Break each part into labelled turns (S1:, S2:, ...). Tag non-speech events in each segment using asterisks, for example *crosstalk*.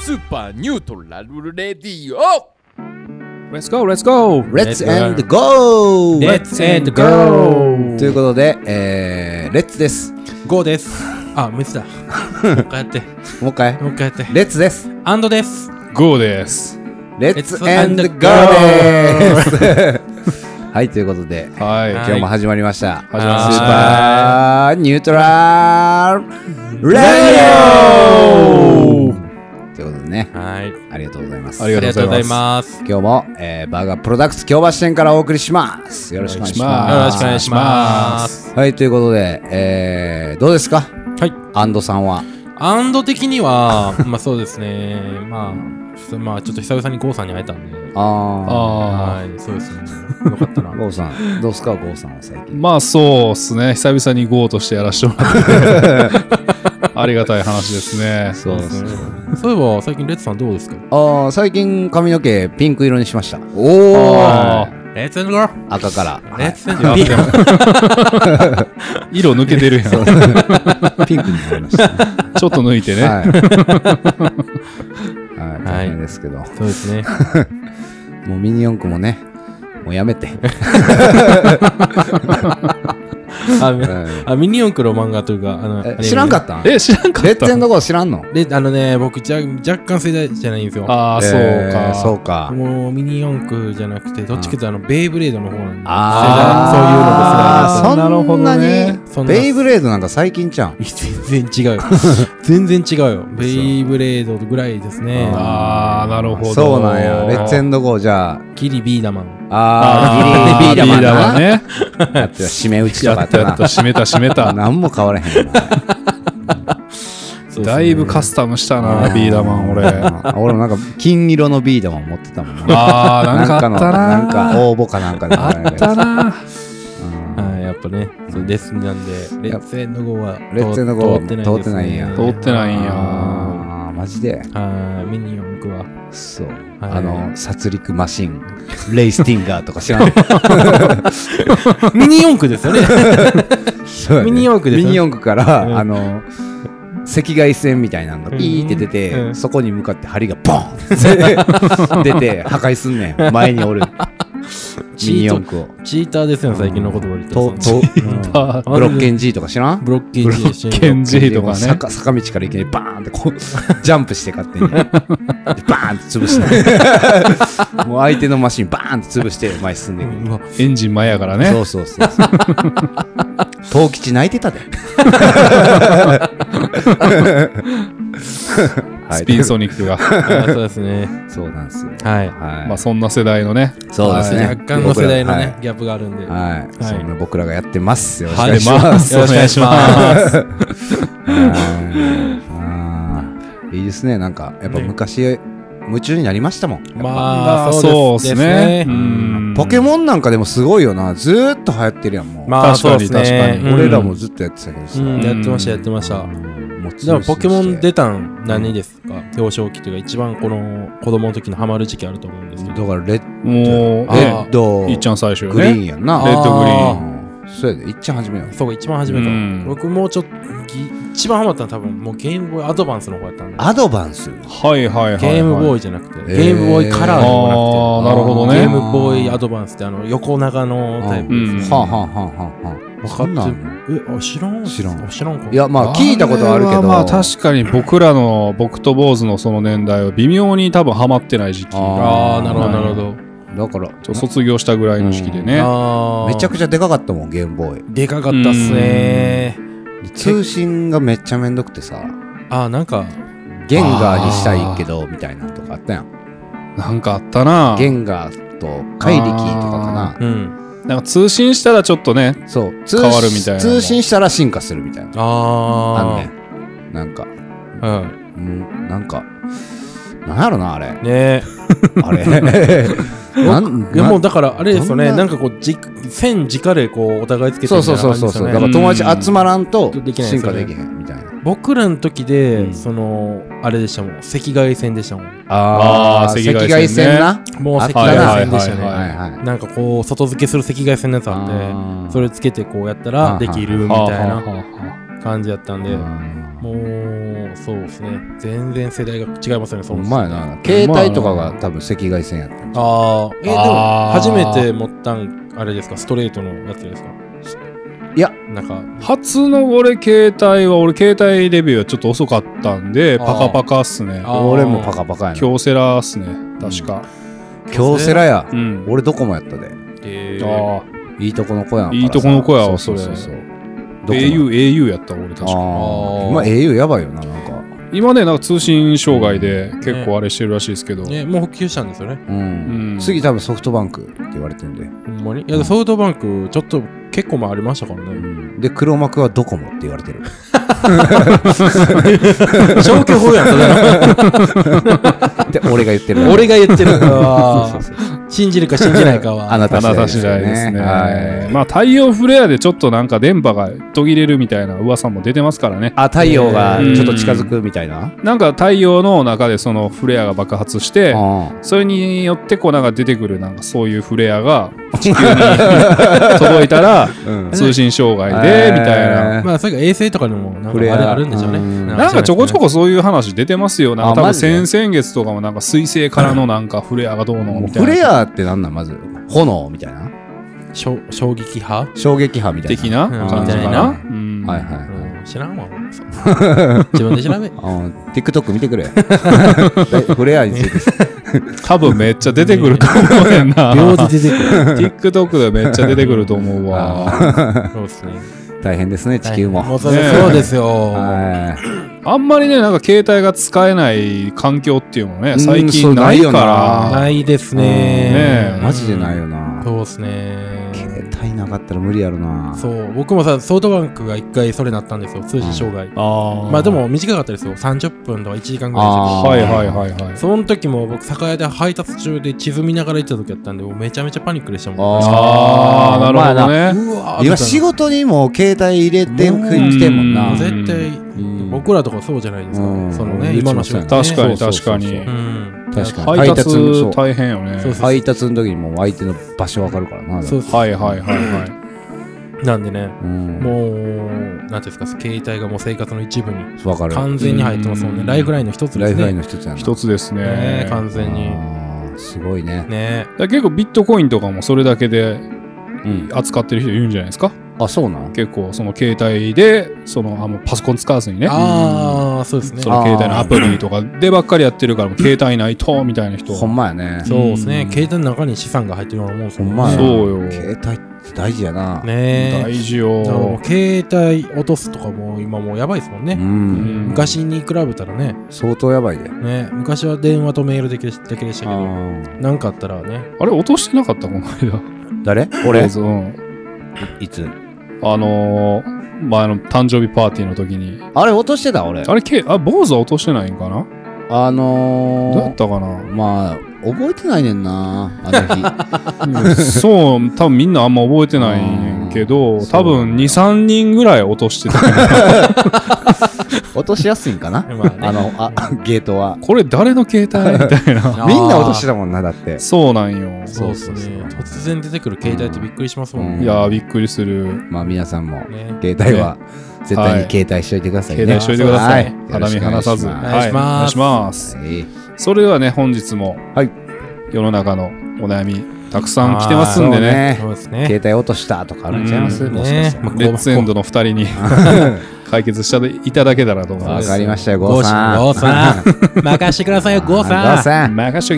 S1: スーパーニュートラルレディオ
S2: Let's go, let's go!
S3: Let's
S2: and
S3: and go!
S2: Let's and go!
S3: ということで、えー、レッツです。
S2: GO です。あ、ミスだ。もう一回やって。
S3: もう一回。
S2: もう一回やって。
S3: レッツです。
S2: アンドです。
S1: GO です
S3: レッツ
S2: Let's
S3: and
S2: and
S3: go! で
S2: go
S3: す。 *laughs* はい、ということで、
S1: はい
S2: は
S3: 今日も始まりました。スー
S1: 始まりました
S3: パーニュートラルレディオということでね、
S2: はい。
S3: ありがとうございます。
S1: あり
S2: あ
S1: が
S2: り
S1: と
S2: が
S1: うご
S2: と
S1: ざ
S2: う
S1: い
S2: ご
S1: ます
S2: ざいます。
S3: 今日も、えー、バーガープロダクツ京橋店からお送りします。よろしくお願いし
S1: よろ
S2: よ
S3: ま
S2: ろしく
S3: す。
S2: お願いします。
S3: はい、ということで、えー、どうですか
S2: はい。
S3: アンドさんは。
S2: アンド的には、 *laughs* まあそうですね。まあ、ちょっとまあちょっと久々に GO さんに会えたんで。
S3: あ
S1: あ
S2: はい、そうですね。よかったな *laughs*
S3: あ。。ゴーさん、どうすか、ゴーさんは最
S1: ー
S3: 近。
S1: まあそうっすね久々に GO としてやらせてもら
S3: *laughs*
S1: ってありがたい話ですね
S3: そうですね。
S2: そういえば、最近レッツさんどうですか
S3: ああ、最近髪の毛ピンク色にしました。
S1: あ
S3: おお
S1: ー
S2: レッツ and go!
S3: 赤から。
S2: レッツ and
S1: い
S2: go!
S1: やでも色抜けてるやんちょっ *laughs*
S3: ピンクになりましたね。
S1: と抜いてね、
S3: はい。
S1: *laughs*
S3: はい、大変ですけど。
S2: そうですね。
S3: もうミニ四駆もね、もうやめ
S1: *laughs*
S3: て。
S2: あみ
S3: うん
S2: あ、ミニ四駆の漫画というか、あの、
S3: え知らんか
S2: っ
S3: ったんレ
S1: え知らんかっ
S3: ッツ
S1: た
S3: ェンドゴー知らんの
S2: た。で、あのね、僕、じゃ若干世代じゃないんですよ。
S1: ああ、
S3: えー
S1: そ
S3: そううか。
S2: もうミニ四駆じゃなくて、どっちかというと、あの、ベイブレードの方なんで。
S3: あ
S1: 世代そういうのですね
S3: ー
S1: なるほ
S3: そん
S1: ど
S3: な
S1: ね
S3: に、
S2: そんな
S3: ベイブレードなんか最近じゃん。
S2: 世代そういうのですね。全然違うよ。全然違 *laughs* うよ。ベイブレードぐらいですね。
S1: あーなるほど
S3: そうなんや。レッツェンドゴーじゃあ、
S2: ギリビーダマン。
S3: あー、ギリビーダマンな。
S1: ね
S3: あっては締め打ち
S1: や
S3: とかあ
S1: っ
S3: ったた
S1: や
S3: な
S1: った。締めた締
S3: *laughs*
S1: めた
S3: 何も変わらへんな。
S1: だいぶカスタムしたなビーダマン俺
S3: あ俺もなんか金色のビーダマン持ってたもんな。
S1: ああなんかあった
S3: の、
S1: な
S3: なんか応募かなんかで
S1: あったな
S2: はい、やっぱね、そうですなんで、レッツエンドゴーは、
S3: レッツエンドゴー
S2: 通ってないで
S3: 通っ
S2: すね
S3: てないんや
S1: 通ってないんや
S3: ああ、マジで。
S2: はい、ミニ四駆は。
S3: そう。
S2: はい
S3: あの、殺戮マシン、レイスティンガーとか知らん。
S2: *laughs* ミニ四駆ですよね。 *laughs*
S3: そうやね
S2: ミニ四駆ですね
S3: ミニ四駆から、
S2: うん
S3: あの、赤外線みたいなのがピーって出て、
S2: うん
S3: そこに向かって針がボンって
S2: *laughs*
S3: 出て破壊すんねん。前におる。ミニ四駆を。
S2: チーターですよ、最近の言葉で言った
S3: と
S2: ら。
S3: と
S1: あ
S3: ブロッケン G とか知らん
S2: ブロッケン G でしょ
S1: ケン G とかね
S3: 坂坂道からいきなりバーンってこう
S2: *laughs*
S3: ジャンプして勝手にでバーンって潰して
S2: *laughs*
S3: もう相手のマシンバーンって潰して前進んでいく、
S2: うわ
S1: エンジン前やから
S3: そ
S1: ね
S3: うそうそう
S2: *laughs*
S3: そう藤吉泣いてたではい
S1: スピンソニックが
S2: あそうですね。
S3: そうなんですよ
S2: はい。
S3: はい、
S1: まあそんな世代のね
S3: そうですね
S2: 若干の世代の
S3: 僕ら
S2: ね、ギャップがあるん
S3: は
S2: で。
S3: い、はい
S2: はい。
S3: そんな僕らがやってますよろしくお
S1: はい
S3: 願いします、
S1: よろしくお願いします
S3: はいあーいいですねなんかやっぱ昔、夢中になりましたもん
S2: まあ、
S1: そ
S2: そうう
S1: っ
S2: ですすね。
S1: ねうん
S3: ポケモンなんかでもすごいよな。ずーっと流行ってるやん、もう。
S2: まあ、
S1: 確か
S2: そう
S1: に
S2: ですね
S1: 確。かに
S3: 俺らも
S2: うん
S3: ずっとやってたけどさ。
S2: うん、やってました、やってました。
S3: もう通信して
S2: でも、ポケモン出たん何ですか幼少期というか、一番この子供の時のハマる時期あると思うんですけ
S3: だ
S2: ど。
S3: からレッ、
S1: もう
S3: レ
S1: え
S2: あ
S3: ッド、
S1: いっちゃん最初よ
S3: グリーン
S1: ね
S3: やんな。
S1: レッドグリー
S2: ン
S3: ン。そうやで、いっちゃん初めよ。
S2: そうか、一番初
S1: う
S2: め
S1: ん
S2: か。僕もうちょっと、ぎ一番ハマったのは多分、もうゲームボーイアドバンスの方やったんで。
S3: アドバンス。
S1: はいはいはいはい
S2: ゲームボー
S1: イ
S2: イじゃなくて、
S3: えー
S2: ゲームボーイカラーでもなくて。
S1: ああなるほど
S2: ゲ
S1: ね
S2: ームボーイアドバンスってあの横長のタイプです、ね
S1: うん
S3: はあ、はあはあはあ、はあ。
S2: 分か
S3: そ
S2: っ
S3: ん
S2: て
S3: なんあんの
S2: るえあ知らん
S3: 知らん
S2: あ知らんか
S3: いや、まあ、聞いたことはあるけど。
S1: れはまあ確かに僕らの僕と坊主のその年代は微妙に多分ハマってない時期が
S2: ああなるほどなるほど
S3: だから、
S1: ちょ卒業したぐらいの時期でね
S2: あー
S3: めちゃくちゃでかかったもん、ゲームボーイ。
S2: でかかったっすね
S3: 通信がめっちゃめんどくてさ、
S2: あーなんか
S3: ゲンガーにしたいけど、みたいなのとかあったやん。
S1: なんかあったな
S3: ゲンガーと怪力とかかな。
S2: うん
S1: なんか通信したらちょっとね
S3: そう通
S1: 変わるみたいな
S3: 通信したら進化するみたいなあん
S2: あ
S3: ねんなんか、
S2: あうん
S3: うん、なんかなんやろなあれ
S2: ね
S3: あれなん
S2: えいやもうだからあれですよね
S3: どんな
S2: な
S3: ん
S2: かこうじ線直でこうお互いつけて
S3: そう
S2: みた
S3: そ
S2: いうな
S3: そ
S2: 感
S3: うそう
S2: じです
S3: そう
S2: よ
S3: だから
S2: ね
S3: 友達集まらんと
S2: うんできないで
S3: 進
S2: す
S3: 化
S2: よね
S3: できへんみたいな
S2: 僕らの時
S1: う
S2: で
S1: ん
S2: そのあれでしたもん赤外線でしたもん
S1: あー
S3: ー
S1: 赤
S3: 赤
S1: 外
S3: 外
S1: 線ね
S3: 線な
S2: もう
S3: あっ
S2: 赤
S3: たな
S2: 外線でした
S1: はいはい
S2: ね
S1: は
S3: はいはい
S2: なんかこう外付けする赤外線のやつあって
S3: あー
S2: それつけてこうやったらできるみ
S1: はあ
S2: たい
S1: はあ
S2: な
S1: はあはあ
S2: 感じやったんで
S3: あー
S2: もうもうそうですね。全然世代が違いますよね、そ
S3: ほ
S2: の
S3: んまやな。携帯とかが多分赤外線やった。
S2: ああ。え、でも、
S1: あ
S2: 初
S1: ー
S2: めて持ったん、あれですか、ストレートのやつですか
S3: いや、
S2: なんか、
S1: 初の俺携帯は俺携帯レビューはちょっと遅かったんで
S2: あー
S1: パカパカっすね
S2: あー
S3: 俺もパカパカやな。
S1: 京セラっすね確か
S3: 京セラや。
S1: うん、
S3: 俺ドコモやったで。
S2: えー、
S1: ああ
S3: いいとこの子やんからさ。
S1: いいとこの子やわ
S3: そうそうそう。ドコモ
S1: au au やった俺確か
S3: ああ。
S2: あー
S3: 今 au やばいよな、なんか。
S1: 今ねなんか通信障害で結構あれしてるらしいですけど、
S2: ね、もう復旧したんですよね。
S3: う
S1: うんん。
S3: 次多分ソフトバンクって言われてんで。
S2: ほんまに。いや、ソフトバンク、ちょっと結構もありましたからね。
S3: で、黒幕はドコモって言われてる。
S2: *laughs* 消去法やん、それ
S3: で、俺が言ってる。
S2: 俺が言ってる。
S3: そうそうそう
S2: *laughs* 信じるか信じないかは。
S3: あな
S1: た
S3: た
S1: だ
S3: 次第
S1: た
S3: です
S1: 次第
S3: よ
S1: ですね。
S3: はい。
S1: まあ、太陽フレアでちょっとなんか電波が途切れるみたいな噂も出てますからね。
S3: あ、太陽がちょっと近づくみたいな。
S1: なんか太陽の中でそのフレアが爆発して、
S3: あ
S1: それによってこうなんか出てくるなんかそういうフレアが地球
S3: *laughs*
S1: に届いたら
S3: あうん
S1: 通信障害でみたい
S3: え
S1: な。
S3: ー
S2: まあ、それか衛星とかにもなん
S3: フ
S2: かあ
S3: レ
S2: れ
S3: ア
S2: あるんでしょうね。
S3: うん
S1: なんかちょこちょ
S2: こ。
S1: こそういう話出てますよ。なん
S3: あ
S1: か多
S3: マ
S1: 分
S3: ジで
S1: 先々月とかもなんか水星からのなんかフレアがどうのみたい
S3: フ
S1: な。
S3: レアってなんなんまず炎みたいな
S2: しょ衝撃波
S3: 衝撃波みたいな
S1: 的な感じかな。
S2: う
S1: うん
S3: はいはい、
S2: うん知らん
S3: *laughs*
S2: わ。そう自分で調べ。
S3: あの TikTok 見てく
S1: *laughs*
S3: れフレアについて
S1: 多分めっちゃ出てくると思うねん
S3: *laughs*
S1: な。
S2: 秒で出てくる。
S1: TikTok でめっちゃ出てくると思
S3: *laughs*
S1: うわ。
S2: そうですね。
S3: 大変ですね地球も、
S2: もうそれそうですよ。
S3: はい
S1: あんまりね、なんか携帯が使えない環境っていうのね、最
S3: うんそ
S1: 近
S3: う
S1: ない
S3: ないよな
S1: か
S2: ないです
S1: ね
S2: ね
S1: え。
S3: マジでないよ
S2: うん。
S3: な
S2: そうですね。
S3: 携帯なかったら無理やろな
S2: そう、僕もさ、ソフトバンクが一回それなったんですよ、通信障害。
S1: ら。あ
S2: まあで、も短かったですよ、30分とか1時間ぐらい
S3: あー
S1: はいはいはいはい。
S2: その時も僕、酒屋で配達中で地図見ながら行った時やったんで、もうめちゃめちゃパニックでしたもん。
S1: ああ、なるほどね。
S2: うわー
S3: 今仕事にも携帯入れて
S2: もう
S3: きてんもん
S2: も
S3: な
S2: う絶対、
S3: ん
S2: 僕らとかそうじゃないですか、
S3: うん
S2: その
S3: うん
S2: ね、今の仕事、ね。
S1: 確かに
S3: そうそうそうそう
S1: 確かに
S2: うん、
S3: 確かに
S1: 配
S3: 配達もそ
S1: 達
S3: う
S1: 大変よね。
S2: そうそう
S3: 配達の時にもう相手の場所わかるからな
S2: そうそう
S1: はいはいはいは
S2: なんでね、
S3: うん
S2: もう、なんていうんですか、携帯がもう生活の一部に
S3: わかる
S2: 完全に入ってますもんね。
S1: うん。
S2: ライフラインの一つですね。
S3: ライフラインの一つやない
S1: 一つです
S2: ね
S1: ね。
S2: え完全に。
S3: あーすごいね
S2: ね
S1: だから結構ビットコインとかもそれだけで
S3: うん
S1: 扱ってる人いるんじゃないですか
S3: あそうなん
S1: 結構その携帯でそのあのパソコン使わずにね
S2: ああ、そうですね。
S1: その携帯のアプリとかでばっかりやってるからもう携帯ないとみたいな人
S3: ほんまやね
S2: そうですね、
S1: うん
S2: 携帯の中に資産が入ってるようなもんです
S3: ほ
S2: も
S3: ん
S2: ん
S3: まや
S2: ね。
S3: な
S1: そうよ
S3: 携帯って大事やな。
S2: ね
S1: 大
S2: え。
S1: 事
S2: だからも
S1: よ
S2: う携帯落とすとかも今もうやばいですもん
S3: う
S2: ね。
S3: ん。
S1: ん
S2: 昔に比べたらね
S3: 相当やばいで。
S2: ね、昔は電話とメールだけでだけでしたけど、なんかあったらね、
S1: あれ落としてなかったこの間
S3: 誰
S1: う
S3: 俺
S1: ん
S3: いつ
S1: あのー、前の誕生日パーティーの時に
S3: あれ落としてた俺。
S1: あれけあ坊主は落としてないんかな
S3: あ
S1: どうや
S3: の
S1: ったかな
S3: ー、まあ、覚えてないねんな、あの
S2: *laughs*
S3: 日。
S1: そう多分みんなあんま覚えてないけ
S3: う
S1: ど
S3: ん
S1: 多分23人ぐらい落としてた *laughs*
S3: 落としやすいんかな
S2: まあね
S3: あの、あ、ゲートは。
S1: これ誰の携帯みたいな
S3: みんな落としてたもんな、だって。
S1: そうなんよ
S2: そうですね突然出てくる携帯ってびっくりしますもん
S3: うん
S1: い
S2: ね。
S1: やーびっくりする
S3: まあ、皆さんも、
S2: ね
S3: 携帯は絶対に携帯しといてくださいね。
S1: 携帯しといてください、
S3: はい
S1: 肌身離さず
S3: よろしくお
S2: 願いします
S1: はいお願いします
S3: はい
S1: それではね本日も、
S3: はい
S1: 世の中のお悩みたくさん来てますんでね
S3: ね
S2: そうですね。
S3: 携帯落としたとかあるんちゃいます
S1: うん
S3: もしかしたら
S2: ね。
S1: レッツエンドの2人に解決していただけたらと思いま
S3: わ
S1: す。
S3: かりましたよ、
S2: ゴ
S3: ゴー
S2: ーさ
S3: さ
S2: ん。
S3: ん。
S2: ゴーさん。任してくださいよ、ゴーさん。
S3: ゴーさん。
S1: 任しと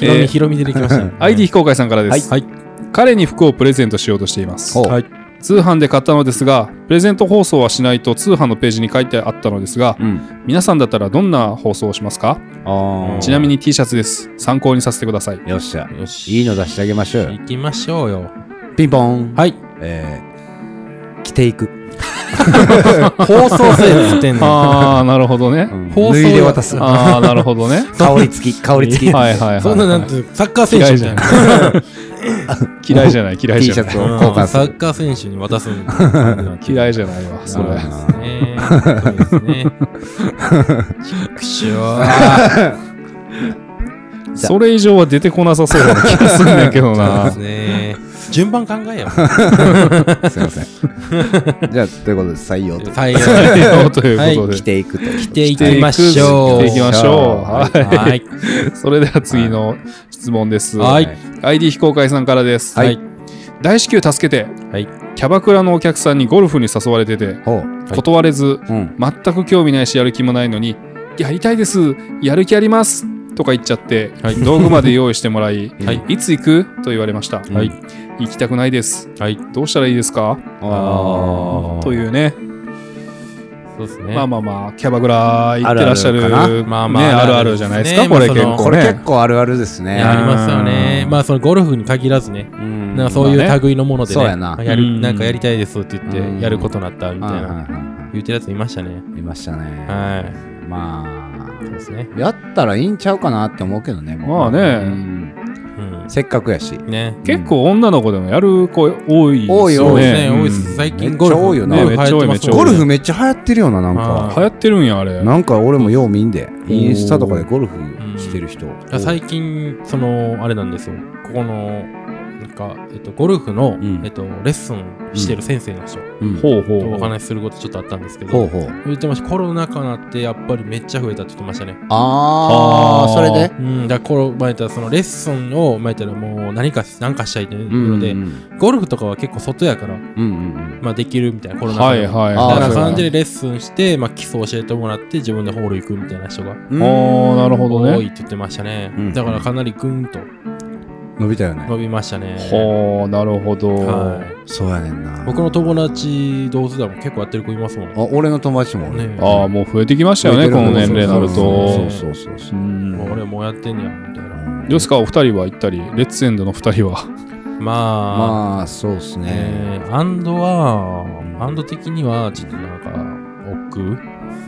S1: け
S2: ひろ
S1: *laughs* よ
S2: み、ひろみ出てきましたね。
S1: ID 非公開さんからです、
S2: はい。
S1: 彼に服をプレゼントしようとしています
S3: ほう
S2: はい。
S1: 通販で買ったのですがプレゼント放送はしないと通販のページに書いてあったのですが
S3: うん。
S1: 皆さんだったらどんな放送をしますか
S3: あ
S1: ちなみに T シャツです参考にさせてください
S3: に。よっしゃ。
S2: よし。
S3: いいの出してあげましょうよ。
S2: 行きましょうよ。
S3: ピンポン。
S2: はい。
S3: えー、着ていく。
S2: 放送制度 *laughs* 言ってんの。
S1: ああなるほどね
S2: 放送
S3: 脱いで渡す。
S1: ああなる
S2: *laughs*
S1: ほどね
S3: 香り付き、香り付き。
S1: はいはいはい、はい、
S2: そんななんて、サッカー選手
S1: 嫌い
S2: み
S1: じ
S2: た
S1: ゃ
S2: い
S1: な
S2: な。
S1: い嫌いじゃない嫌い
S3: T
S1: じ
S3: シ
S1: ゃ
S3: ャ
S1: な
S3: ツ
S1: い
S3: を交換す
S2: サ
S3: る。
S2: ッカー選手に渡すみたいな感じになってる。
S1: 嫌いじゃないわそれ
S3: なるほどな
S2: ねえそうですね。くしょ
S1: それ以上は出てこなさそうな気がするんだけ
S2: *laughs*
S1: ど
S2: そうで
S1: な
S2: すね。順番考えよう。
S3: すいません。
S1: *laughs*
S3: じゃあ、ということで採用と。
S2: 採用
S1: 採用ということで
S3: 着ていくと。
S2: 来ていきましょ
S1: 着
S2: う。
S1: ていきましょう。はい。
S2: はい。
S1: それでは次の質問です。
S2: はい。
S1: ID 非公開さんからです。
S2: はい。
S1: 大至急助けて。
S2: はい。
S1: キャバクラのお客さんにゴルフに誘われてて、
S3: ほう。
S1: 断れず、
S3: うん。
S1: 全く興味ないしやる気もないのに「やりたいですやる気あります」とか言っちゃって、
S2: はい
S1: 道具まで用意してもらい、
S2: はい
S1: い、つ行くと言われました、
S2: はい。
S1: 行きたくないです
S2: はい。
S1: どうしたらいいですか
S2: あー
S1: というね
S2: そうですね。
S1: まあまあまあキャバクラ行ってらっしゃる
S3: あるあるか
S2: なまあまあ
S1: ね、あるあ
S2: あるあ
S1: る
S2: る
S1: じ
S2: です
S1: ゃ
S2: ね
S1: ないですかこれ
S2: まあ
S1: 結
S2: その
S1: 構
S3: これ
S1: ね
S3: 結構あるあるです
S2: い
S3: ね。
S2: やありますよね
S1: う。ん
S2: まあそのゴルフに限らずね。
S3: うん
S2: なんかそうい
S1: まあ
S2: う類のものでね。
S3: そうやな
S2: る
S1: うん
S2: なんかやりたいですって言
S3: う
S2: っ
S3: ん
S2: て、やることになったみたい
S3: はいはい
S2: な。
S3: は
S2: 言ってるやついましたね。
S3: い見ましたね。
S2: はい。
S3: ま
S2: そうですね。
S3: あ、やったらいいんちゃうかなって思うけどね。僕
S1: まあね
S3: うんせっかくやし。
S2: うん。ね。
S1: 結構女の子でもやる子多いですよね
S3: 多い
S2: そう
S3: 多
S2: です
S1: ね
S2: ね。
S3: うん
S2: 多いです。最近ゴ
S3: めっち
S2: ルフ。
S3: ゃ多いよな
S2: ゴルフ流行ってます
S1: めっちゃ多
S3: ゴ
S2: もん
S1: いめっちゃ多い
S2: ね
S3: ルフめっちゃ流行ってるよな、なんか。
S1: 流行ってるんやあれ
S3: なんか俺もよう見んで。
S1: ー
S3: インスタとかでゴルフしてる人。
S2: いや最近そのあれなんですよここのなんか、えっと、ゴルフの、
S3: ん
S2: えっと、レッスンしてる先生の人
S3: うん
S1: ほうほう
S2: とお話しすることちょっとあったんですけど、
S3: ほうほう。
S2: 言ってましたコロナ禍になってやっぱりめっちゃ増えたって言ってましたね
S3: あ
S1: あー
S3: あ、それで
S2: うんだからこの前言ったらそのレッスンを前言ったらもう何か何かしたいっていうので、
S3: うん
S2: ゴルフとかは結構外やから、
S3: うんうん
S2: まあ、できるみたいなコロナ禍
S1: は
S2: で
S1: いはい
S3: あ
S2: だ
S3: ー
S2: から
S3: そう
S2: 感じ
S1: で
S2: でレッスンして、まあ、基礎教えてもらって自分でホール行くみたいな人が
S3: うん。
S1: ああなるほど
S2: 多いっ
S1: ね
S2: て言ってました
S3: う
S2: ね
S3: ん
S2: だからかなりグーンと
S3: 伸びたよね。
S2: 伸びましたね
S1: ほうなるほど、
S2: はい、
S3: そうやねんな。
S2: 僕の友達同世代も結構やってる子いますもんね
S3: あ、俺の友達も俺。
S2: え
S1: ああもう増えてきましたよねこの年齢になる
S3: そう
S1: と
S3: そうそうそうう。
S1: ん
S2: もう俺もうやってんやみたいな
S1: どうですかお二人は行ったりレッツエンドの二人は
S2: まあ、
S3: まあ、そうっすね。
S2: えーアンドはアンド的にはちょっとなんか奥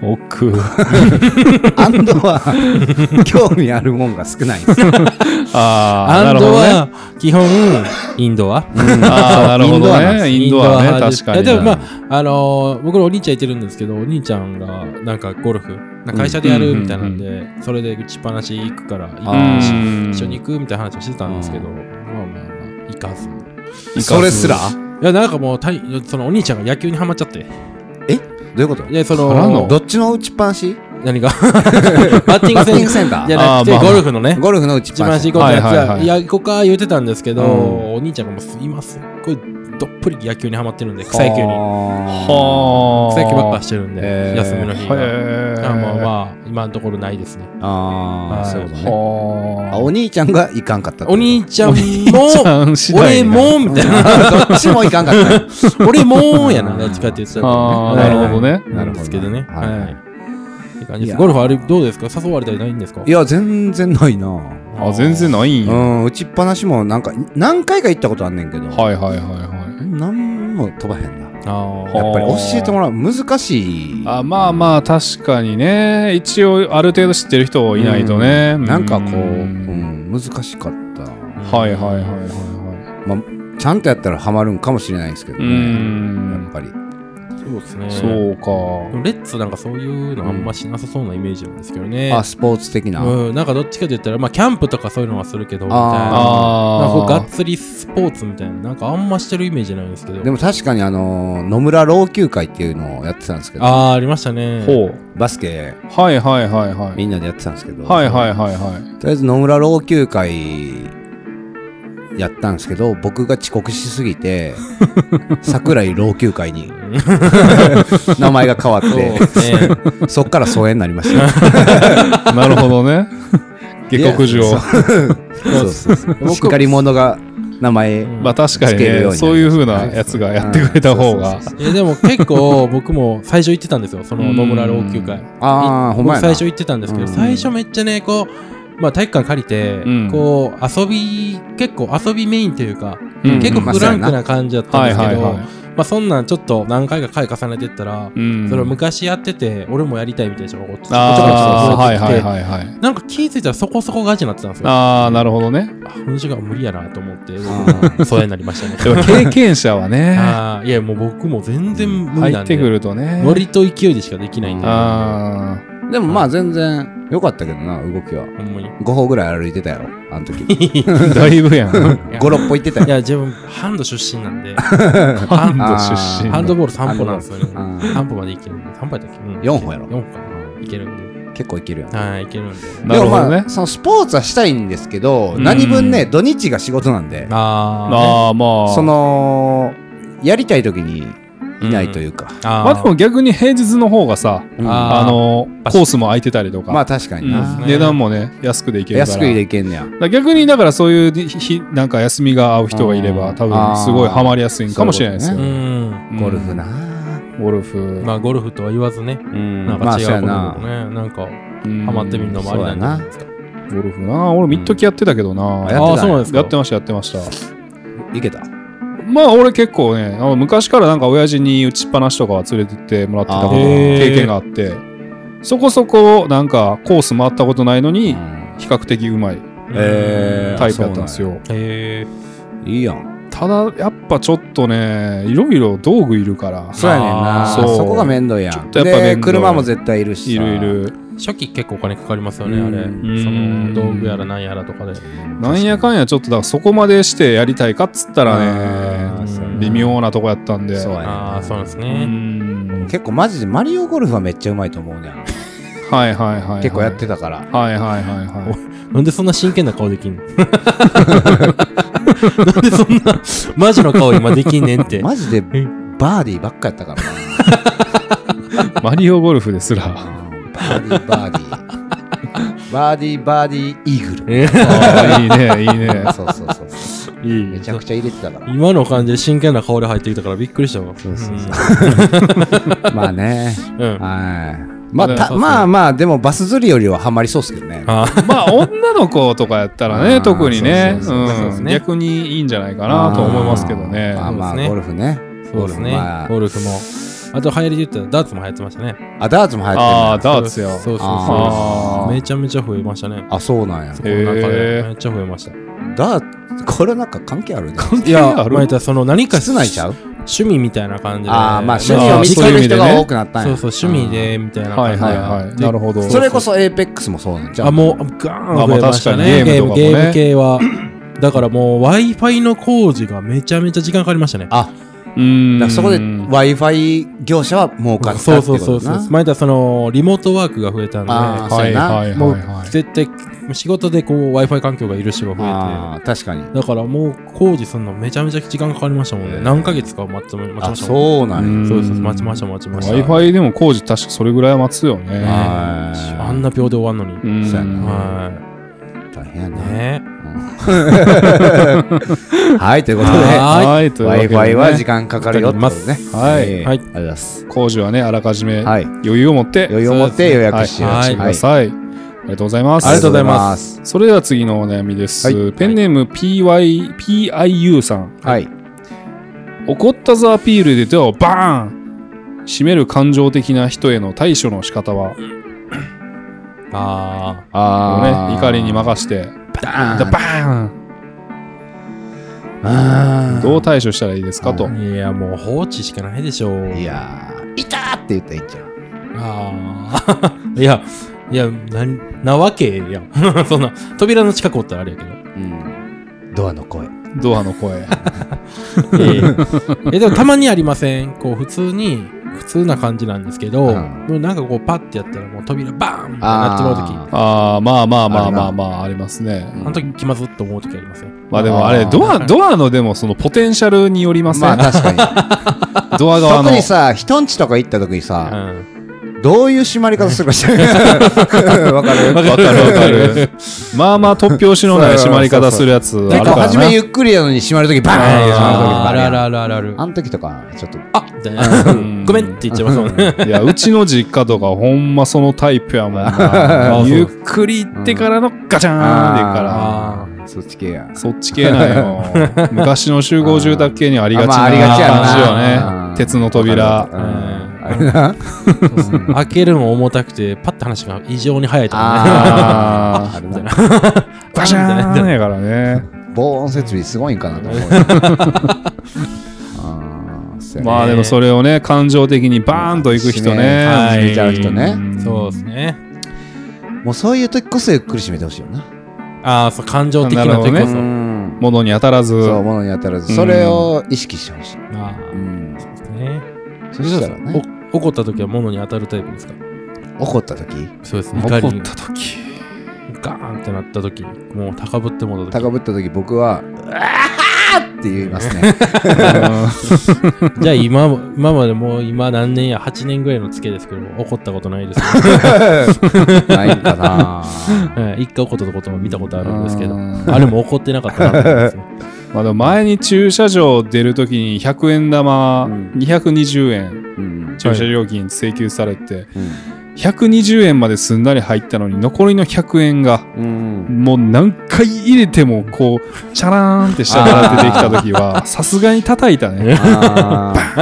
S1: 奥
S3: アンドは *laughs* 興味あるもんが少ないんですよ。
S1: ああ
S2: ア
S1: な
S2: ン
S1: る
S2: ド
S1: ほどね
S2: は基本インドア
S1: ああなるほどねインドアね
S2: 派です
S1: 確かに
S2: いやでもまああのー僕のお兄ちゃんいてるんですけどお兄ちゃんがなんかゴルフなんか会社でやるみたいなんで、それで打ちっぱなし行くから行
S3: あ
S2: くし
S1: うん
S2: 一緒に行くみたいな話をしてたんですけど、まあまあまあ行かず
S3: それすら
S2: いやなんかもうたいそのお兄ちゃんが野球にハマっちゃって
S3: どういうこと
S2: でそ
S1: から
S2: の
S1: の
S3: どっちの打ちっぱなし
S2: 何がバッティン
S3: バ
S2: グ
S3: ッティン
S2: 戦
S3: グセンタ
S2: じゃ
S3: ー
S2: なくて
S1: あーまあまあ
S2: ゴルフのね
S3: ゴルフの打ちっ
S2: 一
S3: ぱ
S2: 番
S3: な
S2: し
S3: し。
S2: 行こうってやつは,、
S1: はいいはいはい
S2: や行こうか言うてたんですけど、
S3: うん
S2: お兄ちゃんがもうす今すっごいどっぷり野球にハマってるんで草野球に
S1: はあ
S2: 草野球ばっかしてるんで、
S3: へー
S2: 休みの日が、
S1: へえ
S2: あまあまあ今のところないですね
S3: あ
S2: は
S3: あ、
S2: い
S3: そういうことね。
S1: は *laughs*
S3: あお兄ちゃんが行かんかったってこと
S2: お兄ちゃん
S1: お
S2: も
S1: 兄ちゃん次第
S2: 俺もみたいな
S3: *laughs* どっちも行かんかったね。
S2: 俺もやなどっちかって言ってた
S1: ああ
S2: ね
S1: なるほどね
S3: なるほど
S2: んですけどね
S3: はいはい
S2: はいって感じで
S3: い
S2: す
S3: や
S2: ゴルフあれどうですか誘われたりないんですか
S3: いや、全然ないな。
S1: あ全然ないん
S3: う
S1: や
S3: ん、打ちっぱなしもなんか何回か行ったことあんねんけど、
S1: はいはいはいはい
S3: なんも飛ばへんな。やっ
S2: あー
S1: はあ
S3: ぱり教えてもらう難しい。
S1: あまあまあ確かにね一応ある程度知ってる人いないとね
S3: うんなんかこう、う
S1: うん
S3: ん、難しかった。
S1: はいはいはいはいは
S3: ちゃんとやったらハマるんかもしれないですけど
S1: いう
S3: ね。や
S1: ん
S3: っぱり。
S2: そうですね
S1: そうか
S2: でもレッツなんかそういうのあんましなさそうなイメージなんですけどね。
S3: あ、スポーツ的な。
S2: うん、なんかどっちかと言ったら、まあ、キャンプとかそういうのはするけど、みたいな。
S1: あー
S2: なんかこうがっつりスポーツみたいな、なんかあんましてるイメージないんですけど。
S3: でも確かにあの、野村老朽会っていうのをやってたんですけど、
S2: ああ、ありましたね。
S1: ほう
S3: バスケ
S1: はいはいはいはい
S3: みんなでやってたんですけど、
S1: はいはいはいはい
S3: とりあえず野村老朽会やったんですけど、僕が遅刻しすぎ
S1: *laughs*
S3: て、桜井老朽会に *laughs* 名前が変わっ
S2: そう
S3: て
S2: で、すね。
S3: そっから疎遠になりました。
S1: なるほどね。下克上
S3: い。 *laughs* やそうそうそう。しっかり者が名前、
S1: まあ確かに
S3: つけるようにな
S1: ね、
S3: り
S1: そういう風なやつがやってくれた方
S3: う
S1: が
S3: ん。そうそうそう
S2: いやでも結構僕も最初行ってたんですよ、その野村老朽
S1: う
S2: 会。
S3: ああ、ほんま
S2: 僕
S3: や
S2: 最
S3: な。
S2: 初行ってたんですけど、
S3: うん
S2: 最初めっちゃね、こう、まあ、体育館借りて、
S1: うん
S2: こう遊び結構遊びメインというか、
S1: うん
S2: 結構フランクな感じだったん
S1: は
S2: で
S1: い
S2: すけど、
S1: はいはい。
S2: まあ、そんなんちょっと何回か回重ねてったら、
S1: うん
S2: それを昔やってて俺もやりたいみたいな人がこうちょこちょこちょこ
S1: ああ、
S2: 増
S1: は
S2: え
S1: い
S2: てきて、
S1: はいはいはい。
S2: なんか気づいたらそこそこガチになってたんですよあ
S1: ああ、なるほどね。
S2: 本当が無理やなと思
S1: *laughs*
S2: って
S3: あ
S2: 疎遠になりました
S1: で
S2: ね
S1: も経験者はね、
S2: *laughs* あーいやもう僕も全然無理
S1: 入
S2: な
S1: っ
S2: んで
S1: てくるとね。
S2: ノリと勢いでしかできないんで
S3: あ
S2: あ
S1: ああ、
S3: でもまあ全然良かったけどな、動きは。
S2: ほんまに。
S3: 5歩ぐらい歩いてたやろ、あの時。
S1: だ *laughs* いぶや *laughs* ん。ハ
S3: 5、6歩行ってた
S2: い
S3: よ。
S2: や、自分、ハンド出身なんで、ハン
S1: ン
S2: ド
S1: ド出身。
S2: ハンドボール3歩なんですよね。
S3: あー
S2: 3歩までいけるんで、3歩やったっけ、うん、
S3: 4歩やろ
S2: ?4 歩かな。いけるん
S3: 結構いけるやん。
S2: で。はい、いけるんで。
S1: なるほどね
S3: でもまあ、そのスポーツはしたいんですけど、
S1: うん
S3: 何分ね、土日が仕事なんで、
S2: あ
S1: ああ、まあ。
S3: その、やりたい時にいないというか。
S2: ーあー。
S1: まあでも逆に平日の方がさ、
S3: うん
S2: あー
S1: あの、
S2: バシ
S1: コースも空いてたりとか、
S3: まあ確か
S1: う
S3: にな。
S2: そうんですね
S1: 値段もね、安くでいけるから。
S3: 安くでいけんねや。
S1: だから逆にだからそういう日日なんか休みが合う人がいれ
S3: あ
S1: ば
S3: ー
S1: 多分すごいハマりやすいんかもしれないですよ
S3: そ。
S2: うん。
S1: うん
S3: ゴルフな。
S1: ゴルフ。
S2: まあ、ゴルフとは言わずね、
S3: うん
S2: なん
S3: ま
S2: か
S3: あ
S2: 違
S3: そうや
S2: う
S3: な
S2: こと。ね、なんか、
S1: うん
S2: ハマってみるのもありなんじゃないですか。
S1: ゴルフな。俺も一時やってたけど
S3: あ
S1: な。
S3: やっ
S2: ああ
S3: て
S2: ー、そ
S3: た
S2: うなん
S3: ね
S2: ですか。
S1: やってました、やってました。
S3: いけた。
S1: まあ俺結構ね、あの昔からなんか親父に打ちっぱなしとかは連れてってもらってたこと
S3: あー
S1: 経験があって、そこそこなんかコース回ったことないの
S3: う
S1: に、
S3: ん
S1: 比較的うまい
S3: えー
S1: タイプやったんですよ。
S2: へえ。
S3: いいやん。
S1: ただやっぱちょっとね、いろいろ道具いるから、
S3: そうやねんな。
S1: あーそう
S3: そこが面倒や
S1: ちょっ
S3: ん。
S1: とやっぱ面
S3: で、
S1: 倒
S3: 車も絶対いるし。
S1: いろい。ろ。
S2: 初期結構お金かかりますよね、
S3: う
S2: あ
S3: ん
S2: れ。
S1: ん
S2: その道具やらなんやらとかで。
S1: なんやかんやちょっとだからそこまでしてやりたいかっつったら
S3: あ
S1: ね
S3: ーそうやな
S1: 微妙なとこやったんで
S3: そうやねん
S2: ああ、そうなんです
S1: う
S2: ね。
S1: ん
S3: 結構マジでマリオゴルフはめっちゃうまいと思うねん。
S1: はいはいはいはい
S3: 結構やってたから。
S1: はいはいはいはい
S2: なんでそんな真剣な顔できんの *laughs* なんでそんなマジの顔今できんねん
S3: *laughs*
S2: って。
S3: マジで
S2: え
S3: バーディーばっかやったからな。
S1: マリオゴルフですら
S3: バーディーバーディー。バーディーバーディーイーグル。 *laughs*
S2: え
S1: あーいいねいいね
S3: そうそうそうそう。
S2: いい
S3: めちゃくちゃ入れてたから。
S2: 今の感じで真剣な顔で入ってきたからびっくりしたわ。
S3: そうそうそうまあね。
S2: うん。うん
S3: はい。まあ、た
S2: そうそう
S3: まあまあ、でもバス釣りよりはハマりそうっすけどね。
S2: あー
S1: まあ女の子とかやったら
S3: あ
S1: ね
S3: ー
S1: 特にね
S3: そうそうそうそう
S1: うん逆にいいんじゃないかなと思いますけどね
S3: まあま
S2: そ
S3: あ、
S2: うですね
S3: ゴルフね。
S2: そうです
S3: ゴルフ
S2: ね
S3: ま。あ
S2: ゴルフも。あと流行りで言ったらダーツも流行ってましたね。
S3: あ、ダーツも流行ってる
S1: ああダーツよ
S2: そうそうそ
S3: あ
S2: う。
S3: ー
S2: めちゃめちゃ増えましたね。
S3: あ、そうなんや
S2: そ。この中
S1: へ
S2: で
S1: ー
S2: めっちゃ増えました。
S3: ダーツ、これなんか関係あるね。
S2: いや、まあ言ったらその何か
S3: 室内ちゃう
S2: 趣味みたいな感じで。
S3: ああ、まあ趣
S1: ね
S3: 味を見つける人
S1: あーそういう意味で
S3: が
S1: ね
S3: 多くなったん
S2: そ
S3: や。
S2: うそう、趣味で、みたいな
S1: は
S2: 感
S1: い
S2: じで。
S1: はいはいなるほど
S3: うん。それこそエーペックスもそうなんちゃう
S2: あ、もう、ガー
S1: あ
S2: ン
S1: ま
S2: 増
S1: あ
S2: えました
S1: 確
S2: ね。
S1: かにゲームとかもね
S2: ゲーム系は。だからもう Wi-Fi の工事がめちゃめちゃ時間かかりましたね。
S3: あ、
S1: うん
S3: だからそこで Wi-Fi 業者は儲かったってこ
S2: そうそうそ
S3: と
S2: うそう
S3: だ
S2: 前だそのリモートワークが増えたんで、
S3: あー
S1: はいはいはい
S2: も
S1: は
S2: う
S1: い
S2: 絶対仕事でこう Wi-Fi 環境がいる人が増
S3: な。
S2: え
S3: あー確かに。
S2: てだからもう工事するのめちゃめちゃ時間かかりましたもん
S3: へ
S2: ね
S3: ー
S2: 何ヶ月か待っても待ち
S3: あ、
S2: ましたもん
S3: そうなんや。
S1: うん
S2: そうそうそう待ちました待ちました
S1: Wi-Fi でも工事確かそれぐらいは待つよね
S3: はい
S2: あんな秒で終わんのに、
S1: うん
S3: そうやな
S2: は
S3: 大変や
S2: い
S3: ね。
S2: ね
S3: はい、ということ
S2: は
S3: で、
S1: はいというわけでね
S3: Wi-Fi は時間かかるよってことね。
S1: はい
S3: えー
S2: は
S3: あ
S2: い
S3: りがとうございます。
S1: 工事はねあらかじめ
S3: はい。
S1: 余裕を持って
S3: 余裕を持って予約しよう。。
S2: はい
S1: してください。ありがとうございます。
S2: ありがとうございます
S1: それでは次のお悩みです。
S3: はい
S1: ペンネーム PY PIU さん。
S3: はい。
S1: 怒ったぞアピールで手をバーン締める感情的な人への対処の仕方は、ね、
S2: あ
S3: あ
S1: 怒りに任して、
S3: ダ
S1: でバーン
S3: ーン
S1: どう対処したらいいですかと
S3: う。
S2: ーいやもう放置しかないでしょう
S3: いやー、痛ーって言ったらいいんじゃん。
S2: ああ *laughs* いやいやななわけやん *laughs* そんな扉の近くおったらあれやけど
S3: うん。ドアの声。
S1: ドアの声。
S2: え *laughs* ええでもたまにありませんこう普通に普通な感じなんですけど、
S3: うん
S2: でもなんかこうパッてやったらもう扉バーンってなってもらう時あ
S1: ああ、まあまあま
S3: あ
S1: あ
S3: るな
S1: まあまあ、ありますね。
S3: ー
S2: の時気まずっと思う時ありますよ
S1: まあでもあ
S3: あ
S1: れ、
S3: ー
S1: ドア、ドアのでもそのポテンシャルによりませ
S3: まあ
S1: ん。
S3: 確かに。
S1: ドア側の
S3: *laughs* 特。にさ、人んちとか行った時に
S2: う
S3: さ、
S2: ん
S3: どういう締まり方するか知ら *laughs* ない。わかる
S1: わかるわかる。まあまあ突拍子のない締まり方するやつあ
S3: なんか
S1: るから
S3: 初め
S1: な。
S3: ゆっくりやのに閉まるときバーンって閉まるとき
S2: あー
S3: あ
S2: あ
S3: る
S2: る
S3: や
S2: あ
S3: ん
S2: るあるあるある
S3: あの時とか、ちょっと。
S2: あみたいな
S1: うん
S2: *laughs* ごめんって言っちゃいますもんね
S1: いや、うちの実家とかほんまそのタイプやもんな
S2: あ。そう
S1: ゆっくり行ってからのガチャーンって行くから。
S2: あ
S3: ーそっち系や。
S1: そっち系な
S3: *laughs*
S1: んよ。昔の集合住宅系にありがちな
S3: あまあありがちやな
S1: 感じよね。鉄の扉。
S3: うん
S2: うん
S3: あれな。
S2: 開けるのも重たくてパッて話が異常に早いとかね
S3: あ
S1: あ
S3: ーある
S2: みたい
S3: な
S2: な *laughs*
S1: ガチャーンやからね。
S3: 防音設備すごいんかな
S2: *laughs*
S3: と思うよ。あーそうやね
S1: まあでもそれをね、感情的にバーンと行く人ね。
S2: はい
S1: うん
S3: 進めちゃう人ね
S2: そうですね
S3: もうそういう時こそゆっくり締めてほしいよな。
S2: ああ、そう、感情的な時
S1: な
S2: こ
S1: る
S2: そ。
S1: ほ
S3: ん。
S1: 物に当たらず。
S3: そう、物に当たら
S1: う
S3: ず、
S1: ん
S3: それを意識してほしい。
S2: ああ、
S3: うん。
S2: そうですね。
S3: そしたらね、
S2: お怒った時は物に当たるタイプですか
S3: 怒った時、
S2: そうです怒り
S1: 怒っ
S2: に
S1: た時。
S2: ガーンってなった時もう高ぶってもらった
S3: 高ぶった時、僕は、うわーって言いますね。
S2: 時じゃあ今も今までもう今何年や8年ぐらいのツケですけど怒ったことないです、ね
S3: ないんかな
S2: はい一回怒ったことも見たことあるんですけど
S1: うん
S2: あれも怒ってなかったなと思いますね
S1: まあでも前に駐車場出るときに100円玉
S3: うん
S1: 220円
S3: うん。
S1: 駐車料金請求されて
S3: うん
S1: 120円まですんなり入ったのに残りの100円が
S3: うん。
S1: もう何回入れてもこうチャラーンって下から出てきた
S2: *laughs*
S1: 時はさすがに叩いたね。
S3: あ *laughs*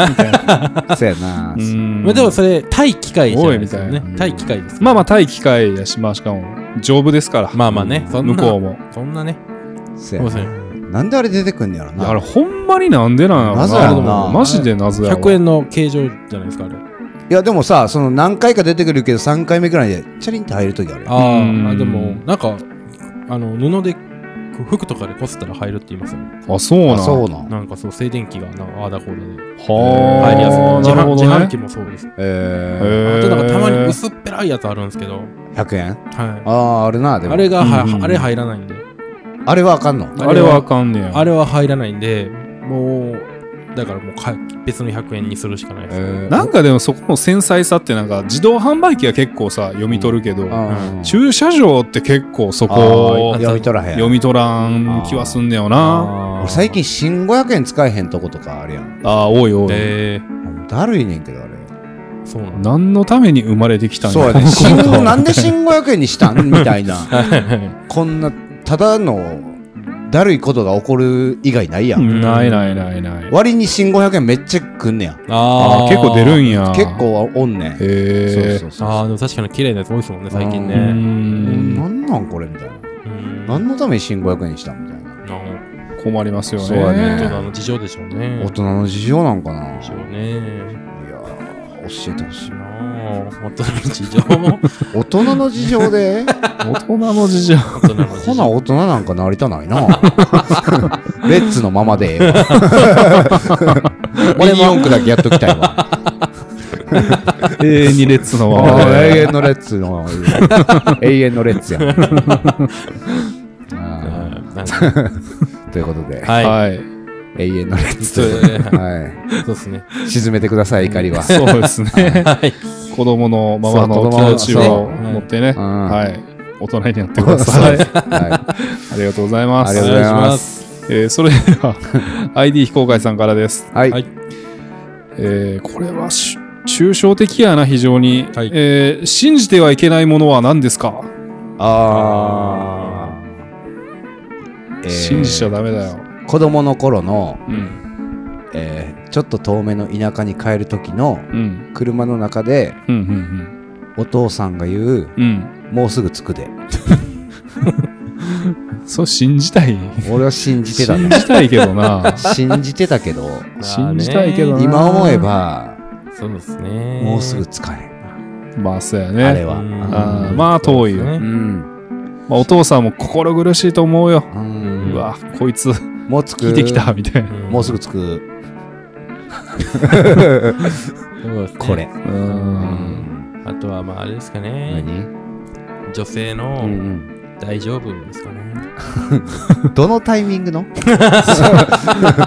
S3: あ。そうやな
S1: う。ん
S2: まあでもそれ対機械じゃないですよ
S1: おいみ
S2: ね
S1: たい
S3: な
S2: 対機械です
S1: まあまあ対機械やしまあしかも丈夫ですから
S2: まあまあねそんな
S1: 向こうも。
S2: そんなね
S3: そうやな。
S2: もう
S3: なんであれ出てくんねやろ
S1: いやあ
S3: な
S1: れ。ほんまになんでなんやろ
S3: 謎やろな
S1: マジで謎やわ
S2: 100円の形状じゃないですかあれ
S3: いや、でもさ、その何回か出てくるけど、3回目くらいで、チャリンって入る時あるよ。
S2: あー、
S1: うん
S2: あでもなんかあの布でこう服とかでこすったら入るって言いますよね
S1: あそうなん
S3: あそうなん。
S2: なんかそう静電気がなんかああだこうだで
S1: はあ
S2: 入りやすい自
S1: なる
S2: 販
S1: ほど
S2: 自販
S1: ね
S2: 機もそうです
S3: え
S2: あとなんかたまに薄っぺらいやつあるんですけど、
S3: ー、100円
S2: は
S3: ああ、あるな、で
S2: い、
S3: も。
S2: あれが、は
S1: うんうん
S2: あれ入らないんで
S3: あれはあかんの。
S1: あれはあかんねや
S2: あれは入らないんでもうだからもうか別の100円にするしかないです、
S3: え
S1: なんかでもそこの繊細さってなんか自動販売機は結構さ読み取るけど、
S3: ー
S1: 駐車場って結構そ
S3: あー
S1: こ
S3: 読み取らへん。
S1: 読み取らん気はすんねよな
S2: あ
S3: 俺最近新500円使えへんとことかあるやん。
S1: ああー多い多い、
S2: えー
S3: だるいねんけど、あれ。
S2: そうなんだ
S1: 何のために生まれてきたん
S3: そうや
S1: こ *laughs*
S3: ね。
S1: の
S3: 新
S1: 子は
S3: なんで新500円にしたんみたいな。こんな、ただの、だるいことが起こる以外ないやん。
S1: ないないないない
S3: 割に新500円めっちゃくんねや。
S1: あ
S2: あ
S1: ー結構出る
S2: ん
S1: んや
S3: 結構はおんねん。
S1: へえ
S3: そうそうそう。
S2: あーでも確かに綺麗なやつ多いですもんね最近
S1: うー
S2: ね
S1: ん
S3: なんなんこれみたいな。
S2: うん
S3: 何のために新500円にしたんみたいな。
S2: あー
S1: 困りますよね
S3: そうやね
S2: 大人の事情でしょうね
S3: 大人の事情なんかな。いや
S2: 事情ね
S3: ー、教えてほしい。
S2: なあ大人の事情も
S3: 大人の事情で
S1: 大人の事
S3: *laughs*
S1: 情
S2: 大人の事
S3: ほな
S2: 情
S3: 大人なんかなりた *laughs* ないな。レッツのまま *laughs* でええわ。ミニ四駆だけやっときたいわ。
S1: 永遠に列のま *laughs* ま
S3: ああ
S1: で
S3: 永遠のレッツのままでいい。永遠のレッツ *laughs* やん。あ
S2: うんなんか
S3: あということで、
S2: はい
S1: はい
S3: 永遠のレッツと
S2: そう
S3: いう
S2: です
S3: こと
S2: ね
S3: で。は
S2: そうですね。
S3: い。沈めてください、怒りは。
S1: そうですね
S2: はい。。
S1: 子供のまま
S3: そう
S1: の
S3: 子
S1: 気
S3: 供の
S1: 持ちを持ってね、
S3: そううん
S1: はい、大人になってくださ
S3: はい。
S1: い。ありがとうございます。
S3: ありがとうございます
S1: えーそれで
S3: *laughs*
S1: は ID 非公開さんからです。
S3: はい
S2: はい
S1: えーこれはし抽象的やな非常に、
S2: はい
S1: えー信じてはいけないものは何ですか、
S3: あーえー
S1: 信じちゃダメだよ。
S3: 子供の頃の、
S1: うん
S3: えーちょっと遠目の田舎に帰る時の
S1: うん
S3: 車の中で
S1: うんう
S3: お
S1: ん
S3: 父さんが言う
S1: うんうん。
S3: 「もうすぐ着くで
S1: そう信じたい。」
S3: 俺は信じてた
S2: *laughs*
S1: 信
S3: ね。
S1: じたいけどな
S3: *laughs* 信じてたけど
S1: 信じたいけどな
S3: 今思えば
S2: そうですね。
S3: もうすぐ着かへん
S1: まあそうや
S3: あれ
S1: ね。
S3: は
S2: うん
S1: あーまあ遠いよ
S2: そうで
S3: う
S2: すね
S3: ん
S1: まあ、お父さんも心苦しいと思うよ。
S3: う
S1: うんわ、こいつ
S3: もう着く
S1: 聞いてきたみたいな。
S2: ん
S3: もうすぐ着く
S2: そうですね
S3: これ。
S1: う
S3: うんん
S2: あとは、まあ、あれですかね。
S3: 何
S2: 女性
S3: う
S2: の
S3: ん
S2: 大丈夫ですかね。
S3: うんどのタイミング
S2: *laughs*
S3: の
S1: *laughs*